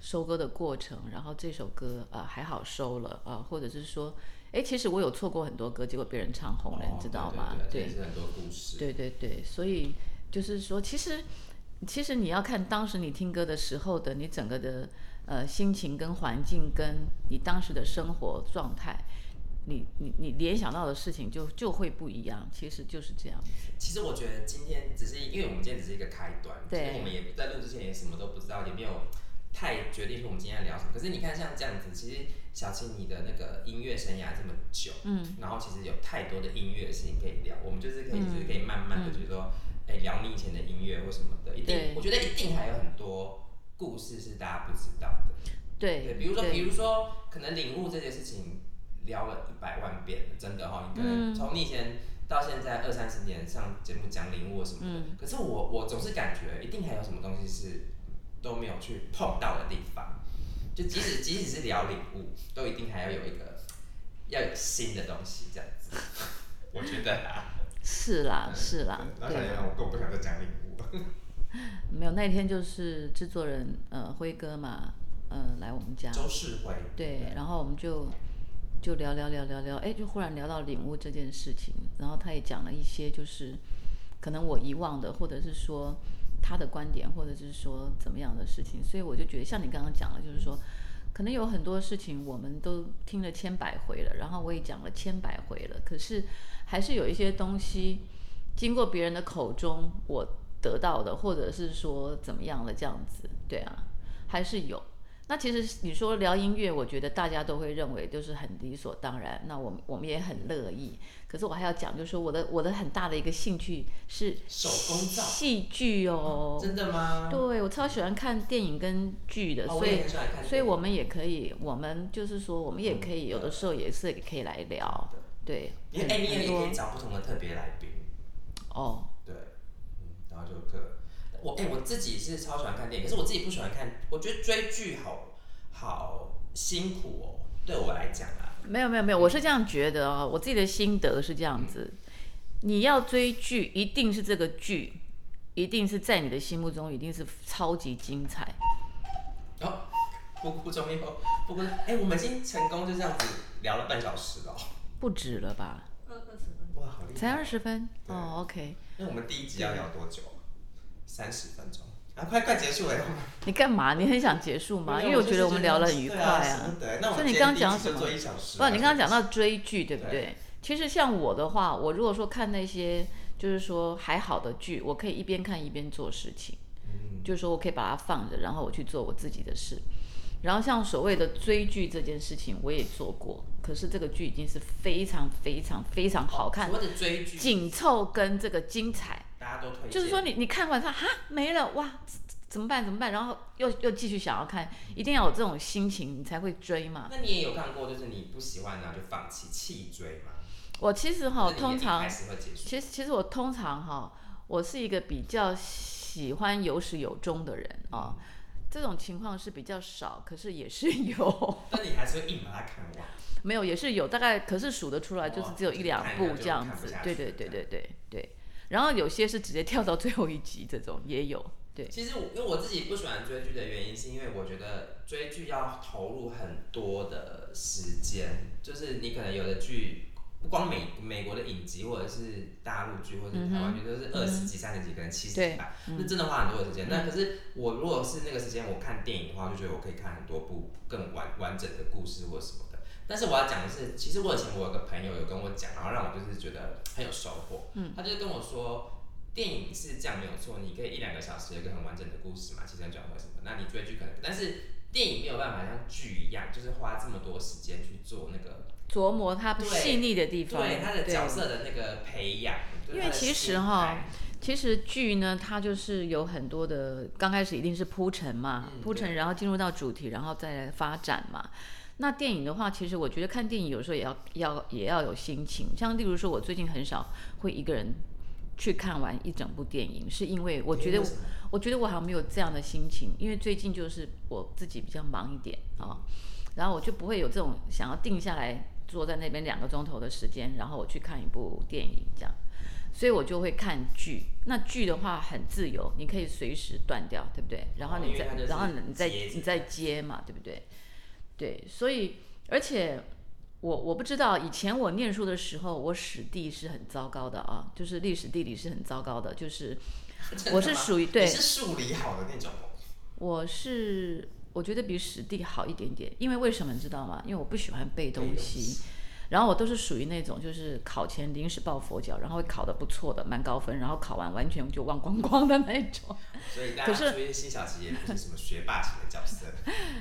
S1: 收歌的过程，然后这首歌啊、还好收了啊、或者是说，哎，其实我有错过很多歌，结果被人唱
S2: 这个
S1: 红了，
S2: 哦
S1: 你知道吗？
S2: 对对对这也是很多故事。
S1: 对对对，所以就是说，其实其实你要看当时你听歌的时候的你整个的呃心情跟环境，跟你当时的生活状态，你你你联想到的事情就就会不一样，其实就是这样。
S2: 其实我觉得今天只是因为我们今天只是一个开端，
S1: 对
S2: 其实我们也在录之前也什么都不知道，也没有太决定说我们今天要聊什么。可是你看像这样子，其实小青你的那个音乐生涯这么久，嗯，然后其实有太多的音乐的事情可以聊，我们就是可以、就是可以慢慢的就是说，哎、聊你以前的音乐或什么的，一定
S1: 对
S2: 我觉得一定还有很多故事是大家不知道的。
S1: 对，
S2: 对，比如说，比
S1: 对
S2: 如说，可能领悟这件事情聊了一百万遍了，真的哈、你可
S1: 嗯
S2: 能从你以前到现在二三十年上节目讲领悟什么的，
S1: 嗯
S2: 可是我我总是感觉一定还有什么东西是都没有去碰到的地方，就
S1: (laughs)
S2: 即使即使是聊礼物，都一定还要有一个要有新的东西这样子。 (laughs) 我觉得啊，
S1: 是啦
S2: 嗯
S1: 是啦，
S2: 然后
S1: 对
S2: 想
S1: 啊
S2: 想，我根本不想再讲礼物了。
S1: 没有那一天就是制作人呃辉哥嘛，呃来我们家，
S2: 周世辉，
S1: 对，然后我们就就聊聊聊聊聊，哎，就忽然聊到领悟这件事情，然后他也讲了一些就是可能我遗忘的，或者是说他的观点，或者是说怎么样的事情，所以我就觉得像你刚刚讲了，就是说可能有很多事情我们都听了千百回了，然后我也讲了千百回了，可是还是有一些东西经过别人的口中我得到的，或者是说怎么样的这样子，对啊，还是有。那其实你说聊音乐，我觉得大家都会认为就是很理所当然。那我们我们也很乐意。可是我还要讲，就是说我的我的很大的一个兴趣是
S2: 手工皂
S1: 戏剧哦。
S2: 真的吗？
S1: 对，我超喜欢看电影跟剧的，
S2: 啊哦
S1: 所
S2: 我也
S1: 以
S2: 很喜欢看电影
S1: 所以我们也可以，我们就是说我们也可以，有的时候也是可以来聊，对，
S2: 你
S1: 很
S2: 哎，你也
S1: 很
S2: 也可
S1: 多
S2: 以找不同的特别来宾。
S1: 哦，
S2: 对，嗯，然后就各，我哎、我自己是超喜欢看电影，可是我自己不喜欢看，我觉得追剧好好辛苦哦，对我来讲啊，
S1: 没有没有没有，我是这样觉得哦，我自己的心得是这样子：你要追剧，一定是这个剧，一定是在你的心目中一定是超级精彩。
S2: 然后哦不哭中又不哭，哎、我们已经成功就这样子聊了半小时了哦，
S1: 不止了吧？
S3: 二二十分，
S2: 哇，好厉
S1: 才
S2: 害！
S1: 二十分
S2: 对
S1: 哦，OK。
S2: 那我们第一集要聊多久啊？三十分钟。啊，快快结束了！
S1: 你干嘛？你很想结束吗？因为我觉得我们聊得很愉快
S2: 啊
S1: 啊。。
S2: 对那我
S1: 所
S2: 们
S1: 以你
S2: 今
S1: 刚
S2: 天第一集
S1: 讲什
S2: 就做
S1: 么
S2: 一小时
S1: 不，
S2: 啊。
S1: 你刚刚讲到追剧，对不
S2: 对
S1: 对？其实像我的话，我如果说看那些就是说还好的剧，我可以一边看一边做事情。
S2: 嗯，
S1: 就是说我可以把它放着，然后我去做我自己的事。然后像所谓的追剧这件事情，我也做过，可是这个剧已经是非常非常非常好看
S2: 所，谓的哦追剧，
S1: 紧凑跟这个精彩，
S2: 大家都推荐。
S1: 就是说你你看完它哈没了哇，怎么办怎么办？然后又又继续想要看，一定要有这种心情，你才会追嘛。
S2: 那你也有看过，就是你不喜欢然后就放弃弃追吗？
S1: 我其实哈，
S2: 就是你
S1: 通
S2: 一
S1: 常
S2: 开始会结束，
S1: 其实其实我通常哈，我是一个比较喜欢有始有终的人啊、
S2: 嗯
S1: 这种情况是比较少，可是也是有。 (laughs)
S2: 但你还是会硬把它看完。
S1: 没有，也是有，大概可是数得出来，就是
S2: 哇
S1: 只有一两部这样
S2: 就
S1: 子
S2: 是看。一
S1: 对
S2: 眼就看不
S1: 对对
S2: 下去
S1: 对对对。然后有些是直接跳到最后一集，这种也有。对，
S2: 其实我因为我自己不喜欢追剧的原因，是因为我觉得追剧要投入很多的时间，就是你可能有的剧。不光美美国的影集，或者是大陆剧，或者是台湾剧，都是二十几、三十几，可能七十
S1: 嗯对
S2: 几百，那真的花很多的时间。那
S1: 嗯
S2: 可是我如果是那个时间我看电影的话，我就觉得我可以看很多部更完完整的故事或什么的。但是我要讲的是，其实我以前我有个朋友有跟我讲，然后让我就是觉得很有收获。嗯，他就跟我说，电影是这样没有错，你可以一两个小时有一个很完整的故事嘛，起承转合什么的。那你追剧可能，但是电影没有办法像剧一样，就是花这么多时间去做那个
S1: 琢磨它
S2: 对
S1: 细腻的地方。
S2: 对他的角色的那个培养。对
S1: 因为
S2: 他的
S1: 其实
S2: 心
S1: 哈
S2: 态
S1: 其实剧呢，它就是有很多的，刚开始一定是铺陈嘛，
S2: 嗯
S1: 铺陈，然后进入到主题，然后再来发展嘛。那电影的话，其实我觉得看电影有时候也要要也要有心情，像例如说，我最近很少会一个人去看完一整部电影，是因为我觉得
S2: 为什么
S1: 我觉得我好像没有这样的心情，因为最近就是我自己比较忙一点啊、然后我就不会有这种想要定下来坐在那边两个钟头的时间，然后我去看一部电影这样，所以我就会看剧。那剧的话很自由，你可以随时断掉，对不对？然后
S2: 哦
S1: 你
S2: 因为
S1: 再，
S2: 它就是
S1: 然后你再
S2: 接着
S1: 你再接嘛，对不对？对，所以而且我我不知道，以前我念书的时候，我史地是很糟糕的啊，就是历史地理是很糟糕的，就是
S2: (laughs) 真的
S1: 我是
S2: 吗
S1: 属于
S2: 你
S1: 对，
S2: 是数理好的那种哦。
S1: 我是我觉得比史地好一点点，因为为什么你知道吗？因为我不喜欢背东
S2: 背东
S1: 西，然后我都是属于那种就是考前临时抱佛脚，然后会考得不错的，蛮高分，然后考完完全就忘光光的那一种。
S2: 所以大
S1: 可
S2: 家
S1: 是
S2: 注意，辛晓琪也不是什么学霸型的角色，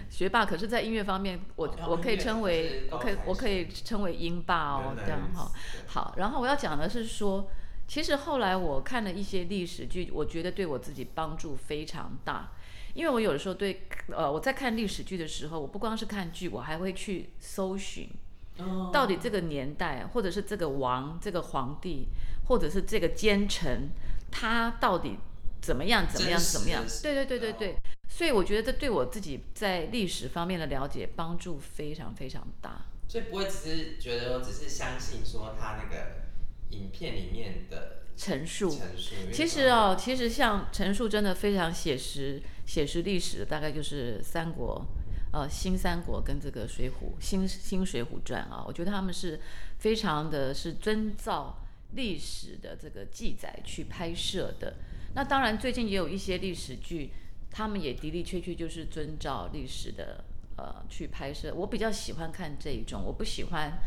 S1: 学霸，可是，在音乐方面，我
S2: 哦
S1: 我可以称为
S2: 音乐
S1: 我可以
S2: 高材
S1: 我可以称为音霸哦，这样哈、
S2: 对
S1: 好，然后我要讲的是说，其实后来我看了一些历史剧，我觉得对我自己帮助非常大。因为我有的时候对，呃，我在看历史剧的时候，我不光是看剧，我还会去搜寻
S2: 哦
S1: 到底这个年代，或者是这个王、这个皇帝，或者是这个奸臣，他到底怎么样、怎么样、
S2: 真实
S1: 怎么样
S2: 的？是
S1: 对对对对
S2: 哦
S1: 对，所以我觉得这对我自己在历史方面的了解帮助非常非常大。
S2: 所以不会只是觉得说，只是相信说他那个影片里面的
S1: 陈述，
S2: 陈述。因为
S1: 其实哦，其实像陈述真的非常写实，写实历史大概就是三国，呃，新三国跟这个水浒新新水浒传啊，我觉得他们是非常的是遵照历史的这个记载去拍摄的。那当然，最近也有一些历史剧，他们也的的确确就是遵照历史的呃去拍摄。我比较喜欢看这一种，我不喜欢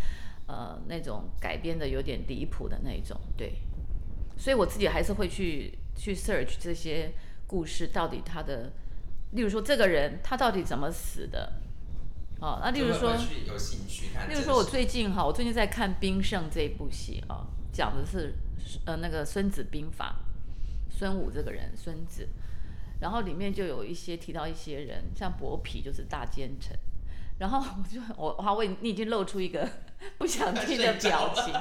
S1: 呃那种改编的有点离谱的那一种，对。所以我自己还是会去去 search 这些故事到底他的，例如说这个人他到底怎么死的，哦，那例如
S2: 就会
S1: 说
S2: 回去有兴趣看
S1: 例
S2: 真实，
S1: 如说，我最近哈，我最近在看《冰圣》这一部戏啊，讲的是呃那个《孙子兵法》，孙武这个人，孙子，然后里面就有一些提到一些人，像伯嚭就是大奸臣，然后我就我哇，我已你已经露出一个 (laughs) 不想听的表情，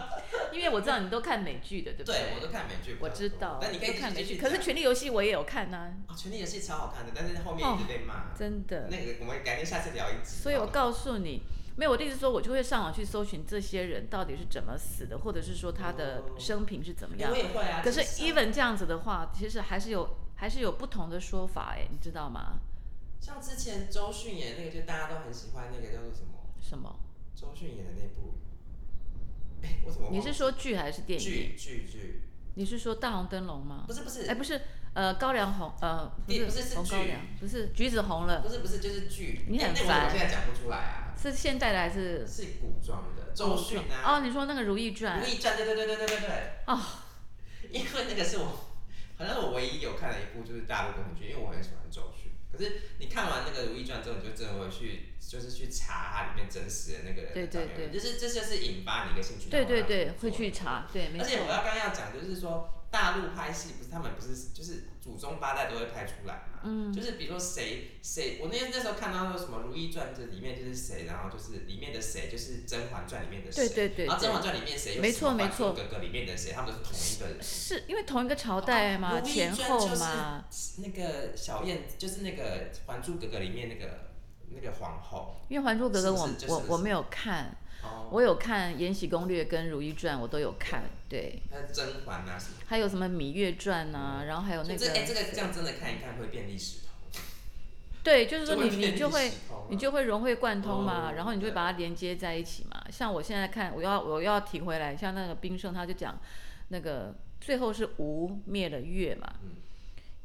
S1: 因为我知道你都看美剧的，对不
S2: 对我都看美剧比较多，
S1: 我知道，
S2: 但你可
S1: 我
S2: 以
S1: 都看美
S2: 继续
S1: 剧，
S2: 讲
S1: 可是《权力游戏》我也有看呐、
S2: 啊，权力游戏超好看的，但是后面一直被骂。
S1: 真的。
S2: 那个我们改天下次聊一集。
S1: 哦所以我
S2: 好了
S1: 告诉你，没有我的意思是说，我就会上网去搜寻这些人到底是怎么死的，或者是说他的
S2: 哦
S1: 生平是怎么
S2: 欸
S1: 样
S2: 我。也会啊。
S1: 可是
S2: 其实像
S1: ，even 这样子的话，其实还是有还是有不同的说法，哎，你知道吗？
S2: 像之前周迅演的那个，就大家都很喜欢那个叫做什么？
S1: 什么？
S2: 周迅演的那部，哎，我怎么忘
S1: 你
S2: 了
S1: 是说剧还是电影？
S2: 剧剧剧？
S1: 你是说大红灯笼吗
S2: 不？是不是
S1: 哎，，不是，呃，高粱红，呃，不
S2: 不是
S1: 是
S2: 是
S1: 红高
S2: 剧
S1: 粱，不是橘子红了，
S2: 不是不是就是剧。
S1: 你
S2: 那
S1: 很
S2: 那我怎么
S1: 烦
S2: 现在讲不出来啊？
S1: 是现代的还是？
S2: 是古装的周迅啊，
S1: 哦，你说那个《如懿
S2: 《
S1: 传
S2: 如》懿传》对对对对对对对。
S1: 哦，
S2: 因为那个是我，好像是我唯一有看的一部就是大陆宫廷剧，因为我很喜欢周迅。可是你看完那个《如懿传》之后，你就真的会去，就是去查它里面真实的那个人
S1: 对
S2: 的照片
S1: 对对
S2: 就是这就是引发你一个兴趣。
S1: 对
S2: 然后
S1: 对
S2: 让你
S1: 对，
S2: 做
S1: 会去。查，对，没
S2: 而且
S1: 错
S2: 我，要刚刚要讲，就是说大陆拍戏不是他们不是就是祖宗八代都会拍出来嘛？
S1: 嗯
S2: 就是比如说谁谁，我那天那时候看到那个什么《如懿传》这里面就是谁，然后就是里面的谁就是《甄嬛传》里面的谁，
S1: 对对对
S2: 然后《甄
S1: 对
S2: 嬛传》里面谁，
S1: 没错没错
S2: 哥哥里面的谁，他们都是同一个人。
S1: 是因为同一个朝代嘛，
S2: 如懿
S1: 前
S2: 传
S1: 后
S2: 就是
S1: 嘛。
S2: 那个小燕子就是那个《还珠格格》里面那个那个皇后
S1: 因为《还珠格格
S2: 是不
S1: 我》
S2: 是就是
S1: 我
S2: 是
S1: 我没有看，
S2: 哦，
S1: 我有看《延禧攻略》跟《如懿传》，我都有看。对，
S2: 还有甄嬛啊什么，
S1: 还有什么《芈月传》啊，然后还有那
S2: 就
S1: 个，
S2: 这哎、这个这样真的看一看会变历史通，
S1: 对，就是说你
S2: 会变
S1: 你就
S2: 历史
S1: 会
S2: 通啊
S1: 你就会融会贯通嘛，
S2: 哦
S1: 然后你就会把它连接在一起嘛。像我现在看，我要我要提回来，像那个冰圣他就讲那个最后是吴灭了越嘛。
S2: 嗯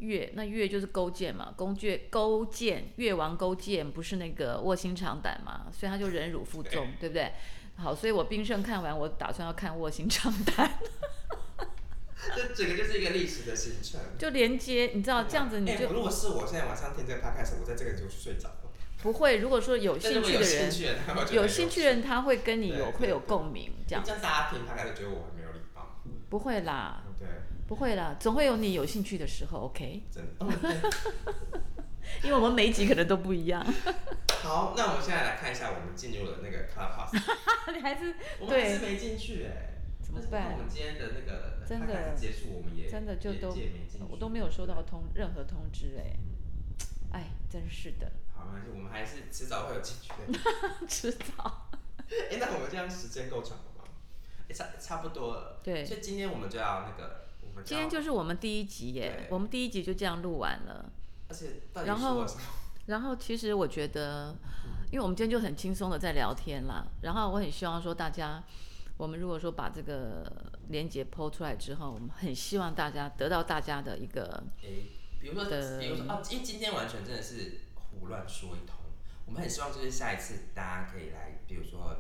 S1: 越那越就是勾践嘛，勾践勾践越王勾践不是那个卧薪尝胆嘛，所以他就忍辱负重，对不对？好，所以我冰圣看完，我打算要看卧薪尝胆，
S2: (laughs) 这整个就是一个历史的形成。
S1: 就连接，你知道这样子你
S2: 哎
S1: 就
S2: 我如果是我现在晚上听这个 podcast，我在这个就睡着了。
S1: 不会。如果说有
S2: 但
S1: 兴
S2: 是我
S1: 趣
S2: 有
S1: 的
S2: 兴
S1: 人，
S2: 趣的，我就
S1: 有
S2: 没
S1: 兴趣的人他会跟你
S2: 对
S1: 有
S2: 对
S1: 会有
S2: 对
S1: 共鸣，这
S2: 这
S1: 样
S2: 样大家听 podcast 觉得我很没有礼貌，
S1: 不会啦，
S2: 对，
S1: 不会啦，总会有你有兴趣的时候，OK？
S2: 真的。
S1: 因为我们每一集可能都不一样，
S2: 好，那我们现在来看一下我们进入了那个 clubhouse，
S1: (laughs) 你还是
S2: 我们还
S1: 对
S2: 是没进去哎、
S1: 怎么
S2: 那我
S1: 办？
S2: 们今天的那个
S1: 真的
S2: podcast 结束，我们也
S1: 真的就
S2: 也
S1: 都
S2: 也没进去
S1: 我都没有收到通任何通知哎、哎，真是 (laughs) 的，
S2: 好，没关系，我们还是迟早会有进去的。
S1: 知道。
S2: 哎、那我们这样时间够长了吗？哎差差不多了。
S1: 对
S2: 所以今天我们就要那个，我们
S1: 今天
S2: 要
S1: 就是我们第一集耶
S2: 对，
S1: 我们第一集就这样录完了。
S2: 而且到底
S1: 然后
S2: 说了什么？
S1: 然后其实我觉得，因为我们今天就很轻松的在聊天啦，然后我很希望说大家，我们如果说把这个链接抛出来之后，我们很希望大家得到大家的一个
S2: 哎、比如说，
S1: 的
S2: 比如说啊，因为今天完全真的是胡乱说一通。我们很希望就是下一次大家可以来，比如说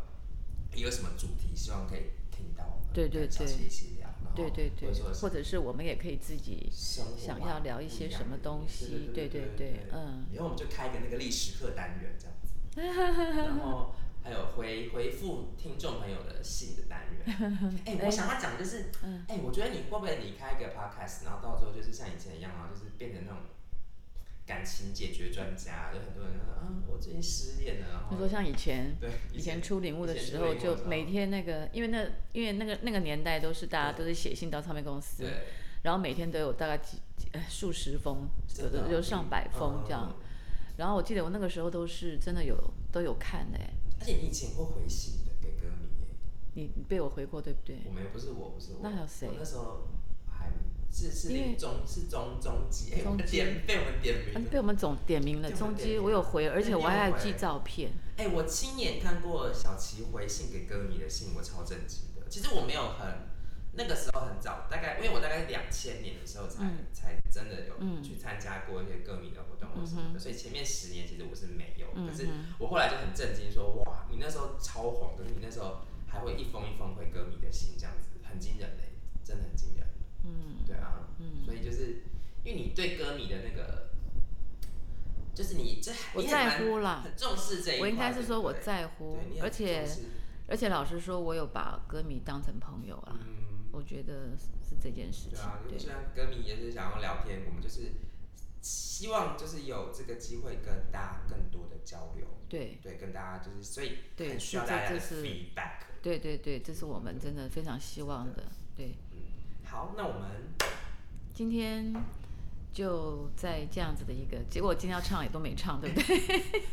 S2: 有什么主题，希望可以听到我们
S1: 对对
S2: 跟小
S1: 对
S2: 七一起聊。然后
S1: 对对哦对
S2: 或者说，
S1: 或者是我们也可以自己
S2: 生活啊
S1: 想要聊一些什么东西，
S2: 不一样的
S1: 对
S2: 东西对
S1: 对，嗯，
S2: 以后我们就开一个那个历史课单元这样子，
S1: (laughs)
S2: 然后还有回回复听众朋友的信的单
S1: (laughs)
S2: 元。哎、我想要讲的就是，哎、
S1: 嗯
S2: 我觉得你会不会你开一个 podcast，然后到最后就是像以前一样啊，就是变成那种感情解决专家，有很多人就说啊，我最近失恋了，然后
S1: 你说像以前。
S2: 对
S1: 嗯以前出领悟的时
S2: 以
S1: 候，
S2: 前出领悟
S1: 就
S2: 的时啊候
S1: 每天那个，因为那因为那个那个年代都是大家都是写信到唱片公司，
S2: 对
S1: 然后每天都有大概几几呃数十封，有
S2: 真的啊
S1: 的有上百封这样
S2: 嗯。
S1: 然后我记得我那个时候都是真的有都有看哎、
S2: 嗯而且你以前会回信的给歌迷耶，
S1: 你你被我回过对不对？
S2: 我们又不是我，不是我，
S1: 那还有谁
S2: 我那时候还是是
S1: 因为
S2: 临中是中中级，哎、我
S1: 中
S2: 们
S1: 级
S2: 点被我们点名
S1: 啊
S2: 了
S1: 你被我们总点名了，
S2: 被我们
S1: 中
S2: 点
S1: 基
S2: 名
S1: 我有回，而且
S2: 对你
S1: 我还
S2: 有
S1: 寄
S2: 回
S1: 照片。
S2: 哎、我亲眼看过小琪回信给歌迷的信，我超震惊的。其实我没有很那个时候很早，大概因为我大概两千年的时候才、
S1: 嗯
S2: 才真的
S1: 嗯
S2: 有去参加过一些歌迷的活动或什么
S1: 嗯哼
S2: 的，所以前面十年其实我是没有。
S1: 嗯
S2: 可是
S1: 哼
S2: 我后来就很震惊，说哇，你那时候超红，可是你那时候还会一封一封回歌迷的信，这样子很惊人嘞、欸真的很惊人。
S1: 嗯
S2: 对啊，
S1: 嗯
S2: 所以就是因为你对歌迷的那个，就是你这
S1: 我
S2: 你很
S1: 在
S2: 蛮
S1: 乎啦
S2: 很重视这一块。
S1: 我应该是说我
S2: 对不对
S1: 在乎
S2: 对，你，很
S1: 而且
S2: 重视
S1: 而且老实说，我有把歌迷当成朋友啦，
S2: 嗯，
S1: 我觉得是是这件事
S2: 对
S1: 情
S2: 啊，。就
S1: 对，
S2: 像歌迷也是想要聊天，我们就是希望就是有这个机会跟大家更多的交流，
S1: 对，
S2: 对，跟大家就是所以
S1: 对
S2: 很需
S1: 是
S2: 要
S1: 这
S2: 大家
S1: 这
S2: 的
S1: 是
S2: feedback。
S1: 对对对，这是我们真的非常希望的。对，
S2: 好，那我们 (laughs)
S1: 今天就在这样子的一个，结果今天要唱也都没唱，对不
S2: (laughs)
S1: 对？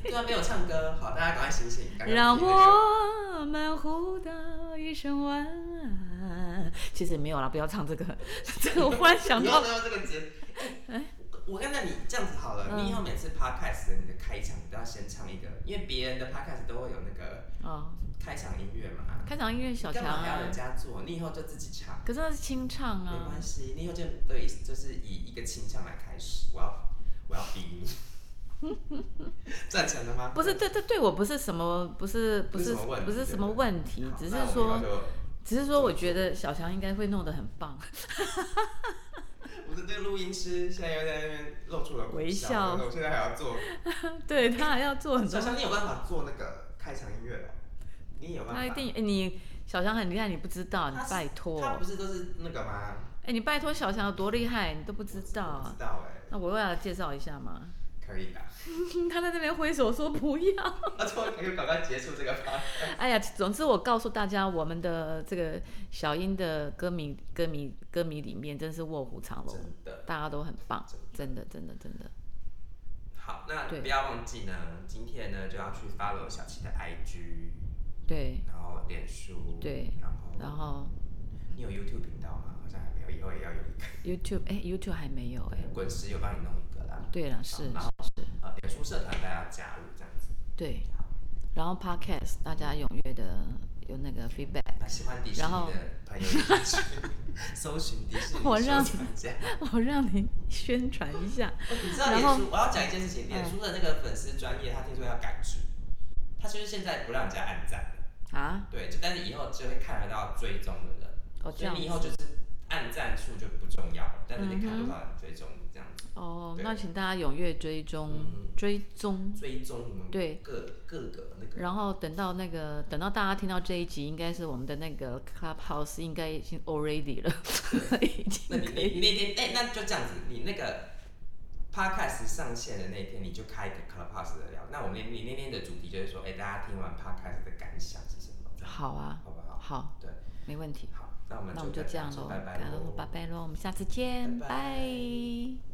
S2: 对啊没有唱歌，好，大家赶快醒醒，刚刚
S1: 让
S2: 听那个
S1: 我们互道一声晚安。其实没有啦，不要唱这个， (laughs) 这个我忽然想
S2: 你
S1: 到
S2: 要，要这个节，哎，我刚才你这样子好了，
S1: 嗯
S2: 你以后每次 podcast 的你的开场你都要先唱一个，因为别人的 podcast 都会有那个
S1: 哦，
S2: 开场音乐嘛，
S1: 开场音乐小
S2: 你
S1: 强
S2: 干嘛还要
S1: 啊
S2: 人，家做？你以后就自己唱，
S1: 可是那是清唱
S2: 没
S1: 啊。
S2: 关系，你以后就对，就是以一个清唱来开始。我要，我要逼你， (laughs) 赞成了吗？
S1: 不是，这这对我不是什么，不是不
S2: 不
S1: 是
S2: 是什么问题
S1: 不是什么问题，
S2: 好
S1: 只是
S2: 那我们
S1: 说
S2: 以后
S1: 只是说，我觉得小强应该会弄得很棒， (laughs)
S2: 就，我的这个录音师现在又在那边露出了
S1: 微 (laughs) 笑
S2: 我现在还要做。
S1: 对他还要做很多
S2: 小，强，你有办法做那个开场音乐哦？你也有办法？
S1: 他一定哎你小强很厉害，你不知道，你
S2: 他是
S1: 拜托，
S2: 他不是都是那个吗？
S1: 哎你拜托小强有多厉害，你都不知道
S2: 我
S1: 啊
S2: 知，道哎、
S1: 那我又要介绍一下嘛， (laughs)
S2: 可以啦。 (laughs)
S1: 他在那边挥手说不要， (laughs)
S2: 那最后可以赶快结束这个吧。
S1: 哎呀，总之我告诉大家，我们的这个小英的歌迷歌迷歌迷里面真是卧虎藏龙，
S2: 真的。
S1: 大家都很棒，真的真的真的，
S2: 好，那
S1: 对
S2: 不要忘记呢，今天呢就要去 follow 小七的 IG，
S1: 对
S2: 然后脸书，
S1: 对
S2: 然后
S1: 然后。
S2: 你有 YouTube 频道吗？好像还没有，以后也要有一个。
S1: YouTube 哎、y o u t u b e 还没有哎、
S2: 滚石有帮你弄一个啦。
S1: 对了，是
S2: 然后呃，脸书社团大家要加入这样子。
S1: 对
S2: 好，
S1: 然后 Podcast 大家踊跃的有那个 feedback， (laughs)
S2: 那喜欢迪士尼
S1: 然后
S2: 的朋友也可以去 (laughs) 搜寻迪士尼
S1: 我让
S2: 收藏家。
S1: 我让你宣传一
S2: (laughs)
S1: 下。
S2: 哦你知道
S1: 然
S2: 脸
S1: 后嗯
S2: 书，我要讲一件事情，脸书的那个粉丝专业，他听说要改制，他就是现在不让人家按赞了，
S1: 啊，
S2: 对，就但是以后就会看得到追踪的人，
S1: 哦这
S2: 所以
S1: 样
S2: 你以
S1: 子
S2: 后就是按赞数就不重要了，但是你看多少人追踪这样子，
S1: 哦，
S2: 对
S1: 那请大家踊跃追踪、
S2: 嗯
S1: 追踪，
S2: 追踪我们
S1: 对
S2: 各各个
S1: (laughs)
S2: 那个
S1: 然后等到那个等到大家听到这一集，应该是我们的那个 Clubhouse 应该已经 already 了， (laughs) 已
S2: 那
S1: 经
S2: 你
S1: 可
S2: 你
S1: 以。
S2: 你那天哎、那就这样子，你那个 podcast 上线的那天，你就开一个 clubhouse 的聊。那我们那你那天的主题就是说，哎、大家听完 podcast 的感想是什么？
S1: 好啊，
S2: 好不好？
S1: 好，
S2: 对，
S1: 没问题。
S2: 好，那我们
S1: 那我们就
S2: 跟大
S1: 这
S2: 家
S1: 样
S2: 说
S1: 喽，
S2: 拜
S1: 跟
S2: 拜
S1: 大家说
S2: 喽，
S1: 拜拜喽，我们下次见，
S2: 拜拜
S1: 拜